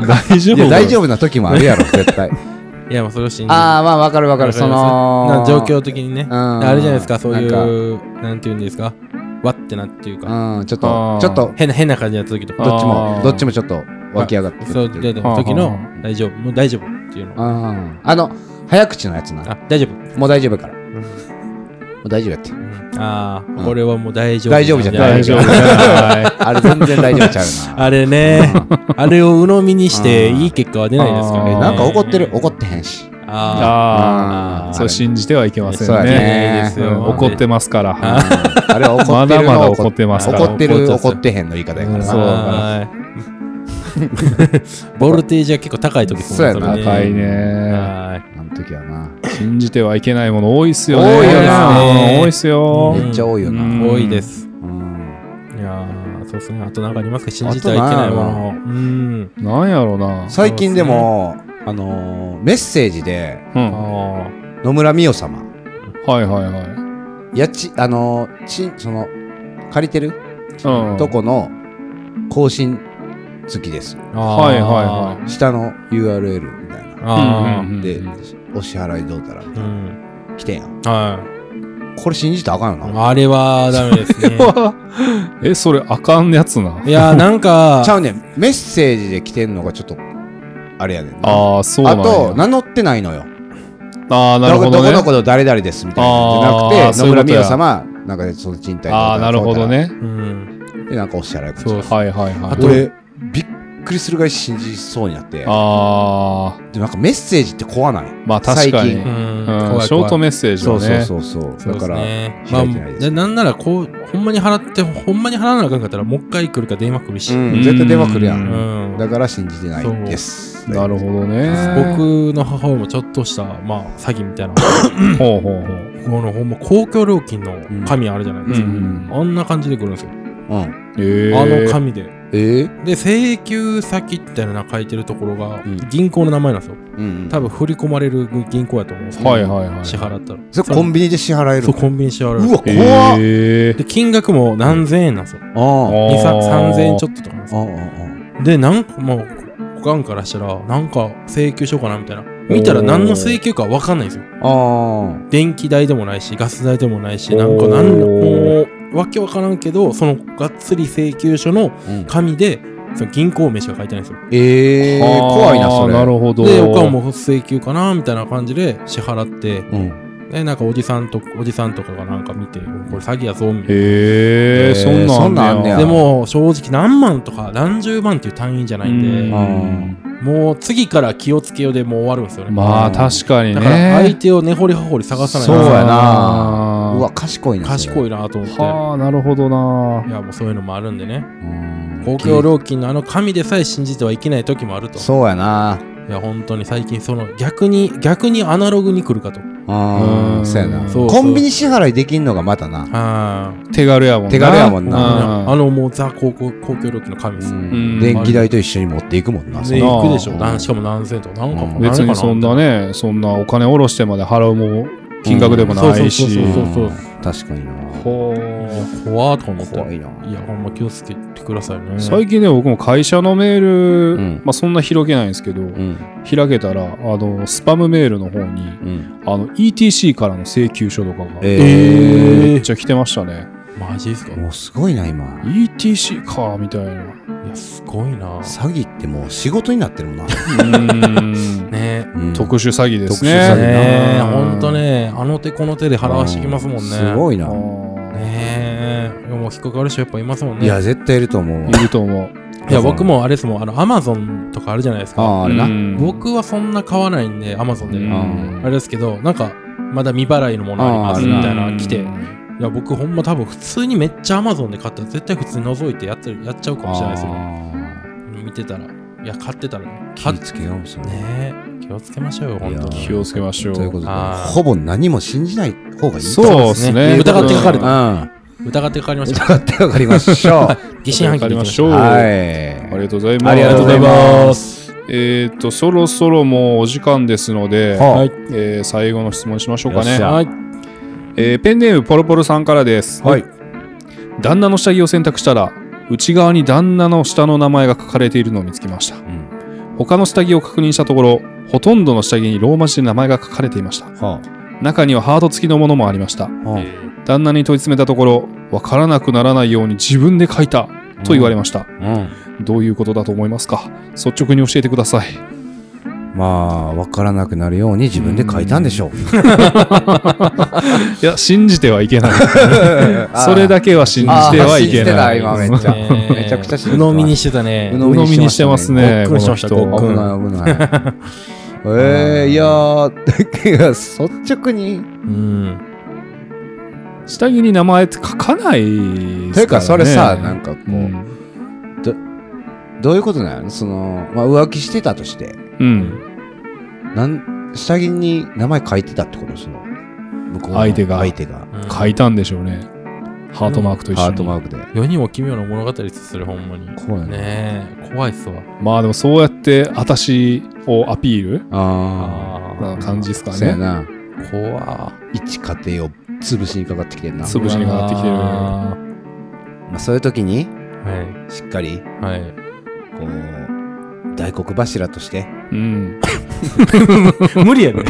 S1: 大丈
S3: いや
S1: 夫
S3: 大丈夫な時もあるやろ絶対
S2: いや、もうそれを信じる
S3: ああまあわかるわかるその
S2: な状況的にね。
S3: ん
S2: あれじゃないですか、そうい
S3: な
S2: う、なんていうんですか。わってなっていうか、
S3: うんちょっ
S1: あ
S3: と
S1: ー
S3: ちょっと
S2: 変な、変な感じやった時とか。
S1: あ
S3: どっち
S1: あー
S3: もどっちもちょっと湧き上がってく
S2: そう、
S3: る
S2: で、でも時
S1: は
S2: の
S1: あは、
S2: 大丈夫、もう大丈夫っていうの。
S3: うんあの早口のやつな
S2: あ、大丈夫。
S3: もう大丈夫やからもう大丈夫やって
S2: うんあ
S3: う
S2: あ、
S3: ん
S2: これはもう大丈夫。
S3: 大丈夫じゃない
S1: 大丈夫じゃない。
S3: あれ全然大丈夫ちゃうな
S2: あれね、あれを鵜呑みにしていい結果は出 *laughs* ないですから
S1: あ
S2: ね。
S1: ー
S3: えなんか怒ってる
S2: ね
S3: 怒ってへんし
S2: ああ
S1: ああ、
S3: ー
S1: そう信じてはいけませ
S3: そうんや
S1: ね。
S2: ね
S3: ね
S2: いいです
S1: う
S2: よ
S1: ん怒ってますから。
S3: うん
S1: は
S3: あれは怒ってるの
S1: まだまだ怒ってます
S2: から
S3: 怒ってる
S2: 怒っちゃう
S3: 怒ってへんの言い方やから
S1: うん
S3: な
S1: そう
S2: あボルテージが結構高い時です
S3: そうやな
S2: 多分
S1: 高いね。
S2: は
S3: あの時はな。
S1: 信じてはいけないもの多いっすよね。
S3: 多いよな
S1: うん多いっすよ
S2: う。ん
S3: めっちゃ多いよな。
S1: う
S3: うんん
S2: い多いです
S3: ん
S2: いやーそうですねあと何かありますか信じてはいけないものをうん
S1: なんやろな。
S3: 最近でも、あのーメッセージで、
S1: うん。
S2: あ
S1: は
S3: 野村美桜様、
S1: いはいはい。
S3: 家賃、あのー、ち、その、借りてる
S1: うん。
S3: とこの更新付きです。
S2: ーあ
S1: はいはいはい
S3: 下の URL みたいな。
S2: あー
S3: で
S1: うん、
S3: お支払いどうたら、
S2: うん
S3: 来てんやん。
S2: は
S3: これ信じたらあかんよ
S2: い
S3: な。
S2: あれはダメです
S1: *laughs*
S2: ね
S1: え、それあかんやつな。
S2: いやーなんか
S3: ちゃうねん。メッセージで来てんのがちょっと、あれやねんな。
S1: ああ、そうなん
S3: あ
S1: や
S3: と、名乗ってないのよ。
S1: ああ、なるほど
S3: どこ
S1: ね
S3: ど。この誰々ですみたい
S1: あ
S3: な
S1: ー
S3: じゃなくて、
S1: そう
S3: 野
S1: い
S3: 村
S1: うこと
S3: 美
S1: や
S3: 桜様、なんかその賃貸
S1: ああ、なるほど。ね。
S2: うん
S3: こうたらこうたらで、なんかお支払い
S2: そう
S1: はいはいはい。
S2: あと
S3: 俺、びっくりするぐらい信じそうになって、
S1: ああ、
S3: でもなんかメッセージって怖ない。
S1: まあ確かに。
S3: 最
S1: う
S2: うんん怖い
S1: ショートメッセージ
S3: そ
S1: を
S3: うそう
S1: ね。
S3: そうそう。
S2: そ
S3: だ
S2: うです
S3: から、
S2: ねまあ、
S3: 開いてないです
S2: でなんならこうほんまに払ってほんまに払わなあかんかったらもう一回来るか電話来るし、
S3: うん絶対電話来るや。
S1: うん
S2: うん
S3: だから信じてないです。
S1: なるほどね。
S2: 僕の母親もちょっとした、まあ、詐欺みたいなこ
S1: 僕、ほうほうほう。
S2: のほんま公共料金の紙あるじゃないですか、
S1: うん
S2: あんな感じで来るんですよ、
S3: うん。
S1: えー、
S2: あの紙で
S3: えー
S2: で請求先ってのが書いてるところが
S3: うん
S2: 銀行の名前なんですよ
S3: うん。
S2: 多分振り込まれる銀行やと思うんです
S1: はいはいはい。
S2: 支払ったら
S3: それコンビニで支払える
S2: そう
S3: の
S2: コンビニ支払
S3: う
S2: う
S3: わ、怖っ
S1: えー
S2: で金額も何千円なんですよ
S3: ああ。
S1: あ
S2: 2
S1: ー
S2: 3000円ちょっととかなんですよ
S3: あああ
S2: で、なんかもう、おかんからしたら、なんか請求しようかなみたいな。見たら何の請求かわかんないんですよ。
S3: あああ。
S2: 電気代でもないし、ガス代でもないし、なんかなんも
S1: おー
S2: う、わけわからんけど、そのがっつり請求書の
S3: うん
S2: 紙で、その銀行名しか書いてないんですよ。
S3: ええ、
S1: はあ
S3: 怖いな、それ。
S1: なるほど。
S2: で、おかんも請求かなみたいな感じで支払って、
S3: うん。
S2: で、なんかおじさんと、おじさんとかがなんか見て、これ詐欺やぞ、みたいな。
S1: へえ
S3: えー
S1: ー、そんなんあ
S3: そんなん
S1: んねや
S3: あんねや
S2: でも、正直何万とか何十万っていう単位じゃないん
S1: う
S2: で、
S1: ん
S2: もう次から気をつけようでもう終わるんですよね。
S1: まあ確かにね。
S2: だから相手を根掘り葉掘り探さない
S3: そうやな
S1: あー
S3: うわ、賢いな。それ
S2: 賢いなと思っ
S1: はあ、なるほどな
S2: てい。やもうそういうのもあるんでね
S3: うん
S2: 公共料金のあの紙でさえ信じてはいけない時もあると
S3: そうやな。
S2: いや本当に最近その逆に逆にアナログに来るかと
S3: う
S1: うん
S3: ん、そうやな。
S2: そう
S3: コンビニ支払いできんのがまたな。
S2: あ
S1: 手軽やもんな。
S3: 手軽やもん
S2: あ
S3: な
S1: う
S2: あのもうザ公共公共料金の紙
S3: う
S2: ですよ、
S1: うん
S3: ん電気代と一緒に持っていくもんな。そ
S2: で
S3: んな
S2: 行くでしょ
S3: うん
S2: なんしかも何千とかなんかも
S3: うん
S1: 別にそんな
S2: ね
S1: ね、そんなお金下ろしてまで払うも金額でもないし。
S2: そうそうそうそう
S3: 確かにな。
S1: ほ
S2: いや
S1: う
S2: 怖ーとか思って
S3: 怖いな。
S2: いやほんま気をつけてくださいね
S1: 最近ね、僕も会社のメール、
S3: うん
S1: まあそんな広げないんですけど、
S3: うん。
S1: 開けたら、あの、スパムメールの方に、
S3: うん。
S1: あの、ETC からの請求書とかが、
S3: え
S1: めっちゃ来てましたね。
S2: マジですか
S3: ー
S2: い
S3: もうすごいな、今。
S1: ETC か、みたいな。
S2: やすごいな
S3: 詐欺ってもう仕事になってるもんな。
S1: うん
S2: ね
S3: うん
S1: 特殊詐欺です
S3: 特殊詐欺
S1: ね。
S2: ねえ、ほんと
S1: ね。
S2: ね、あの手この手で払わしてきますもんね。
S3: すごいな
S1: あ。ー
S2: ねえ、もう引っかかる人やっぱいますもんね。
S3: いや、絶対いると思うわ。
S1: いると思う。
S2: いや僕もあれですもん、あの、アマゾンとかあるじゃないです
S3: あ
S2: か。
S3: あ、あれな
S1: う。ん
S2: 僕はそんな買わないんで、アマゾンで。
S1: う
S2: あ
S1: ん
S2: れですけど、なんか、まだ未払いのものありますみたいなの来て、
S1: う
S2: い
S1: ん
S2: や、僕ほんま多分普通にめっちゃアマゾンで買ったら絶対普通に覗いてやってるやっちゃうかもしれないですよ。
S3: あ
S2: 見てたら。いや、買ってたらね。
S3: ー
S2: 買っ
S3: 気ぃつけよう、それ。
S2: ねえ、気をつけましょうよ、ほんと
S3: いや
S2: に。
S1: 気をつけましょ
S3: というこ
S1: う。
S3: とで
S2: あー、
S3: ほぼ何も信じない方がいい。
S1: そうですね。
S2: 疑ってかかる
S3: う
S2: と
S3: ん。
S2: 疑ってかかりました。
S3: 疑ってかかりましょう。
S2: 疑心暗鬼できました。
S1: うん
S3: はい。
S1: ありがとうございます。。
S3: ありがとうございます
S1: えっと、そろそろもうお時間ですので、
S3: は
S2: はい。
S1: えー最後の質問しましょうか
S3: よっし
S1: ね
S3: ゃ。
S2: はい。
S1: えーペンネームポロポロさんからです。
S3: はい。
S1: 旦那の下着を選択したら、内側に旦那の下の名前が書かれているのを見つけました。
S3: うん
S1: 他の下着を確認したところ、ほとんどの下着にローマ字で名前が書かれていました。
S3: は
S1: 中にはハート付きのものもありました。
S3: あはあ
S1: 旦那に問い詰めたところ、わからなくならないように自分で書いたと言われました。
S3: う
S1: どういうことだと思いますか率直に教えてください。
S3: ん。まあ、わからなくなるように自分で書いたんでしょう。 *laughs*
S1: いや、信じてはいけない。それだけは信じてはいけな
S3: あ
S1: い。
S3: ー信じてた今めっちゃ
S2: ねえ
S3: めちゃくちゃ信じてます
S2: 鵜呑みにしてたね
S3: 鵜呑。
S1: 鵜呑みにしてますね、
S2: ご
S1: こ
S2: っくんしま
S1: の
S2: し
S1: 人
S2: た。ごっ
S3: 危
S2: くん
S3: ない危ない。えー、いやー、 *laughs* だ率直に。
S2: うん。
S1: 下着に名前って書かないですから、ね。
S3: ていうか、それさ、なんかこ
S1: う
S3: う、
S1: ん、
S3: どういうことなのその、まあ、浮気してたとして、
S1: うん。
S3: なん、下着に名前書いてたってことその、向こうの
S1: 相手が
S3: 相手が。
S2: うん
S1: 書いたんでしょうね。ハートマークと一緒に。
S3: ハートマークで。
S2: 世にも奇妙な物語ですそれほんまに
S3: 怖いね。
S2: ねえ怖いっすわ
S1: まあでもそうやって私をアピール
S3: あ
S1: な
S2: あ
S1: 感じです
S3: あ。
S1: か
S3: そうや
S1: ね。
S3: な。
S2: ー怖
S3: 一家庭を潰しにかかってきてんな。
S1: 潰しにかかってきてる
S2: うわー
S3: まあ、そういう時に、
S2: は
S3: しっかり、
S2: いはい
S3: こう、大黒柱として、
S1: うん。
S2: 無理や *laughs* ね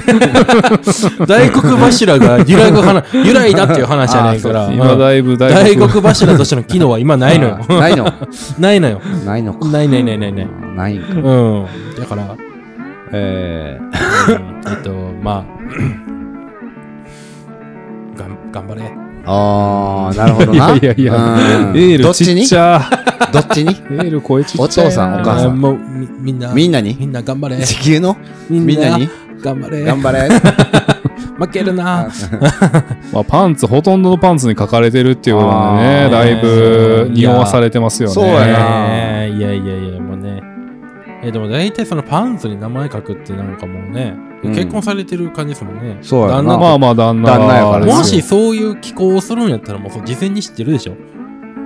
S2: 大黒柱が揺らぐ話 *laughs* 揺らいだっていう話やねんから
S3: あ
S1: 今
S2: まあ
S1: だいぶ大
S2: 大
S1: 黒
S2: 黒柱としての機能は今ないのよ
S3: あーないの
S2: *laughs*
S1: *laughs*
S2: ないのよ
S3: ないのか。
S2: ないないないないない
S3: ないんか。
S2: うんだから
S3: えー
S2: うんえっとまあ *coughs* がん頑張れ
S3: ああ、なるほど
S1: い
S3: な。
S1: やいやいや
S3: う、ん
S1: エー
S3: ど
S1: ル
S3: っ
S1: ち
S3: ちに
S1: っちゃ。
S3: どっちに
S1: エール声ちっちゃ。
S3: お父さんお母さん
S2: あーもうみみんな
S3: みんなに
S2: みんな頑張れ
S3: 地球の *laughs*
S2: み
S3: みんなに
S2: 頑張れ
S3: 頑張れ。
S2: 負けるな
S1: まあパンツ、ほとんどのパンツに書かれてるっていうことなんで
S3: あ
S1: ね、
S3: ー
S1: だいぶ匂わされてますよね。
S3: そうやな
S2: ねえいやいやいやもうねえでも大体そのパンツに名前書くってなんかもうね、
S3: うん
S2: 結婚されてる感じですもんね
S3: そうやな
S2: 旦那
S1: まあまあ旦那
S3: 旦那やからあれですよ
S2: もしそういう機構をするんやったらもうそう事前に知ってるでしょね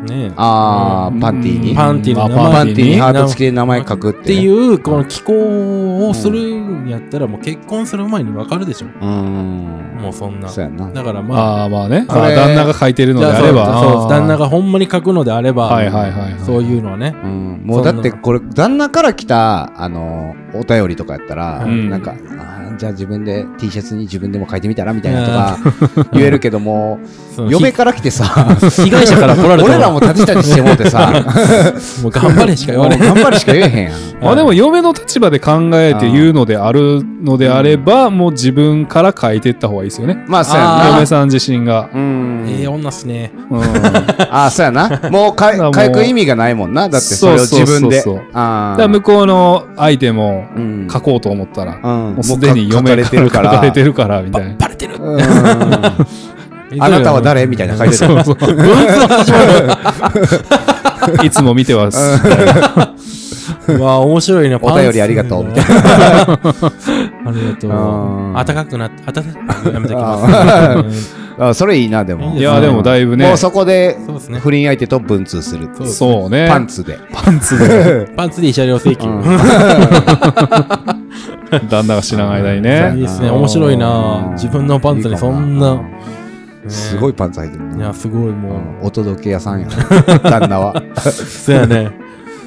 S2: え
S3: ああ、パンティーに。
S2: パンティーの名
S1: まあ
S2: 前
S3: パンティーに
S2: ね
S3: ハート付きで名前書くってね。。
S2: っていううこの機構をするんやったらもう結婚する前に分かるでしょ
S3: うーん。
S2: もうそんな
S3: そうやんな。
S2: だからまあ
S1: ああまあね。
S3: これ
S1: あー旦那が書いてるの
S2: じ
S1: で
S2: ゃあ
S1: あ
S2: そ
S1: れ
S2: う
S1: ば。
S2: そう
S1: あー
S2: 旦那がほんまに書くのであれば、
S1: はいはいはいはい
S2: そういうのはね、
S3: うん、もうだってこれ旦那から来たあのお便りとかやったら、
S1: うん
S3: なんかあーじゃあ自分で T シャツに自分でも書いてみたらみたいなと
S2: *laughs*
S3: か言えるけども
S2: そのひ
S3: 嫁から来てさ
S2: *laughs* 被害者から来られた
S3: 俺らも立ち立ちしてもうてさ
S2: もう頑張れしか *laughs* 言
S3: も
S2: わ
S3: う *laughs*
S2: れない。
S3: 頑張るしか言えへんやん
S1: まあでも嫁の立場で考えて言うのであるのであれば、もう自分から書いていった方がいいですよね。
S3: まあそうや
S2: あー
S3: な
S1: 嫁さん自身が。
S3: うん
S2: ええ女っすね。
S1: うん
S3: ああそうやなもうか
S1: だからもう
S3: い書く意味がないもんなだってそれを自分で
S1: そうそうそうだ
S3: あ
S1: から向こうの相手も
S3: あうん
S1: 書こうと思ったら、
S3: うん
S1: もうすでに
S3: もう書
S1: 嫁
S3: かれてるから
S1: 書かれてるからみた
S2: ば
S1: いな。
S2: バレてる。
S3: うん
S1: *laughs*
S3: あなたは誰みたいな書いて
S1: そう
S3: る
S1: そう。いつも見てます。
S2: *laughs* うわあ、面白いね。
S3: お便りありがとうみたい
S2: *laughs* な。ありがとう。
S3: うん
S2: 暖かくなって、暖かくやめてき
S3: あ
S2: ます。
S3: *laughs* あそれいいなでも
S2: いい
S1: いや、でもだいぶね
S3: もう、そこで
S2: そうですね
S3: 不倫相手と文通する
S2: そうです
S1: そうね。
S3: パンツで、
S1: パンツで、
S2: *laughs* パンツで慰謝料請求。
S1: 旦那が知らない間に
S2: いい
S1: ね。
S2: ですね。面白いな。自分のパンツにそん
S3: いいか
S2: な。
S3: も
S2: ね
S3: すごい。パンツ履いてる
S2: い
S3: な
S2: や、すごいうも
S3: んお届け屋
S2: *laughs*
S3: さんやな旦那は
S2: う。そうやね。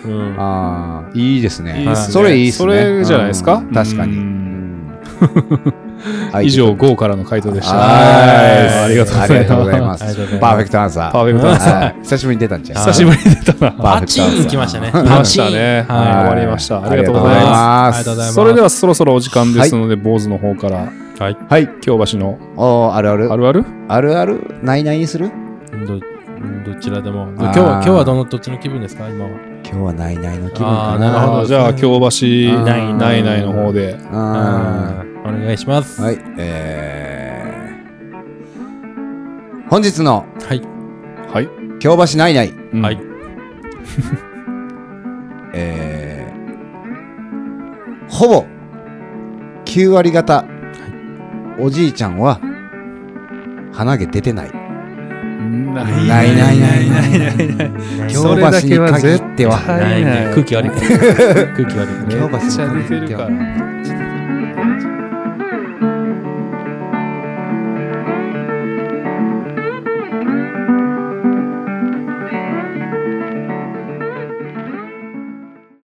S2: うん。
S3: あーいいですね
S1: いいっすね
S3: それいいっすね
S1: それじゃないですか
S3: うん確かに
S1: うん
S3: うん
S1: 以上、GO からの回答でした。
S3: はい
S1: ありがとうござ
S3: ます
S1: います。
S2: ありがとうございます
S3: パーフェクトアンサー
S1: パーフェクトアンサー
S3: はい久しぶりに出たんじゃん
S1: 久しぶりに出たな。
S3: パー
S2: パ
S3: フェク
S2: チ
S3: トアンサー
S2: ーン来ましたね。
S1: 来
S2: パ
S1: まし
S2: チ
S1: た
S2: ー
S1: ね。
S2: ン。
S1: はい、
S3: はい
S1: 終わりました。あ
S3: あり
S1: りが
S3: が
S1: と
S3: と
S1: う
S3: う
S1: ご
S3: ご
S1: ざ
S3: ざ
S1: い
S3: い
S1: ま。
S3: ます
S2: ありがとうございますす。
S1: それではそろそろお時間ですので、坊主の方から、
S2: はい。
S3: はい
S1: 京橋の
S3: おーあるある
S1: あるある
S3: あるあるないないにする
S2: どどちらでも。
S3: あー
S2: 今日は今日はどのどっちの気分ですか今は。
S3: 今日はないないの気分か
S2: あーなるほど
S1: あーじゃあ、京橋
S3: あー
S1: 内々の方で。
S3: なうん
S2: お願いします。
S3: はい、えー、本日の
S2: はい。
S1: はい。
S3: 京橋ないない、
S1: うん
S2: はい。
S3: えー、ほぼ9割方、おじいちゃんは鼻毛出てない。
S1: な
S3: ない
S1: い
S3: ないないない
S1: ないないない。
S3: 京橋に限っては、
S2: ないね空気悪い。空気悪い。
S3: 京橋に限っては
S1: めっちゃ出てるから
S3: ちょっと